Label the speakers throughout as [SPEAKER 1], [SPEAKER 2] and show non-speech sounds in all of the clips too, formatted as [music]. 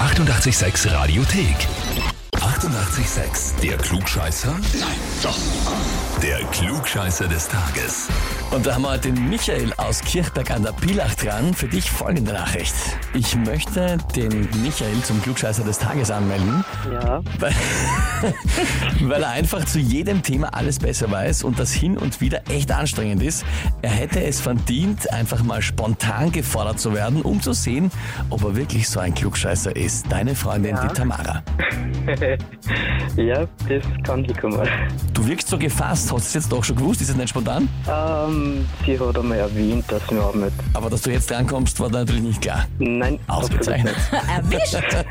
[SPEAKER 1] 886 Radiothek. 88,6. Der Klugscheißer? Nein, doch. Der Klugscheißer des Tages.
[SPEAKER 2] Und da haben wir den Michael aus Kirchberg an der Pilach dran. Für dich folgende Nachricht. Ich möchte den Michael zum Klugscheißer des Tages anmelden,
[SPEAKER 3] Ja,
[SPEAKER 2] weil, [laughs] weil er einfach zu jedem Thema alles besser weiß und das hin und wieder echt anstrengend ist. Er hätte es verdient, einfach mal spontan gefordert zu werden, um zu sehen, ob er wirklich so ein Klugscheißer ist. Deine Freundin,
[SPEAKER 3] Ja.
[SPEAKER 2] die Tamara.
[SPEAKER 3] ja, das kann ich kommen.
[SPEAKER 2] Du wirkst so gefasst, hast du es jetzt doch schon gewusst, ist es nicht spontan?
[SPEAKER 3] Ähm, sie hat einmal erwähnt, dass wir auch mit.
[SPEAKER 2] Aber dass du jetzt drankommst, war natürlich nicht klar.
[SPEAKER 3] Nein, absolut [laughs]
[SPEAKER 2] Ausgezeichnet.
[SPEAKER 4] Erwischt!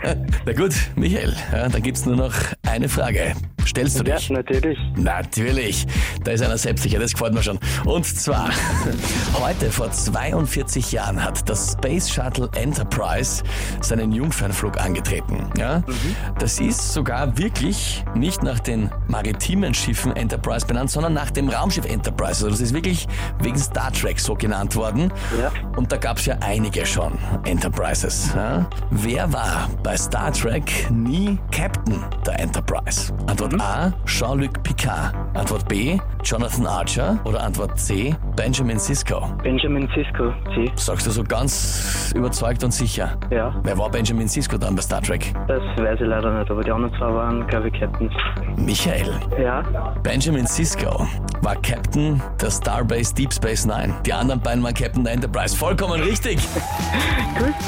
[SPEAKER 2] Na gut, Michael, ja, da gibt's nur noch eine Frage. Stellst du
[SPEAKER 3] Ja,
[SPEAKER 2] dich?
[SPEAKER 3] natürlich.
[SPEAKER 2] Natürlich, da ist einer selbstsicher, das gefällt mir schon. Und zwar, [laughs] heute vor 42 Jahren hat das Space Shuttle Enterprise seinen Jungfernflug angetreten. Ja?
[SPEAKER 3] Mhm.
[SPEAKER 2] Das ist sogar wirklich nicht nach den maritimen Schiffen Enterprise benannt, sondern nach dem Raumschiff Enterprise. Also das ist wirklich wegen Star Trek so genannt worden.
[SPEAKER 3] Ja.
[SPEAKER 2] Und da gab's ja einige schon Enterprises. Ja? Wer war bei Star Trek nie Captain der Enterprise? Antwort A, Jean-Luc Picard. Antwort B, Jonathan Archer. Oder Antwort C, Benjamin Sisko.
[SPEAKER 3] Benjamin Sisko, sie,
[SPEAKER 2] Sagst du so ganz überzeugt und sicher?
[SPEAKER 3] ja.
[SPEAKER 2] Wer war Benjamin Sisko dann bei Star Trek?
[SPEAKER 3] Das weiß ich leider nicht, aber die anderen zwei waren, glaube ich, Captains.
[SPEAKER 2] Michael.
[SPEAKER 3] Ja,
[SPEAKER 2] Benjamin Sisko war Captain der Starbase Deep Space Nine. Die anderen beiden waren Captain der Enterprise. Vollkommen richtig.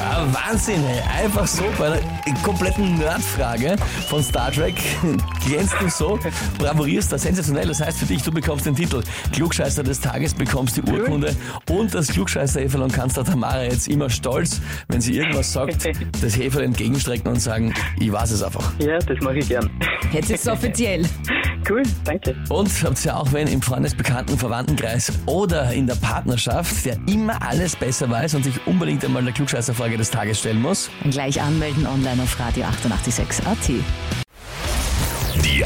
[SPEAKER 2] Ah, Wahnsinn, ey. einfach so bei einer kompletten Nerdfrage von Star Trek [laughs] glänzt du so, bravurierst da sensationell. Das heißt für dich, du bekommst den Titel Klugscheißer des Tages, bekommst die Urkunde und das klugscheißer Heferl und kannst der Tamara jetzt immer stolz, wenn sie irgendwas sagt, das Heferl entgegenstrecken und sagen, ich weiß es einfach.
[SPEAKER 3] ja, das mache ich gern. [laughs]
[SPEAKER 4] Jetzt ist es offiziell.
[SPEAKER 3] Cool, danke.
[SPEAKER 2] Und habt ihr auch wen im Freundesbekannten, Verwandtenkreis oder in der Partnerschaft, der immer alles besser weiß und sich unbedingt einmal der Klugscheißerfrage des Tages stellen muss?
[SPEAKER 4] [laughs] Gleich anmelden online auf Radio 886 AT.
[SPEAKER 1] Die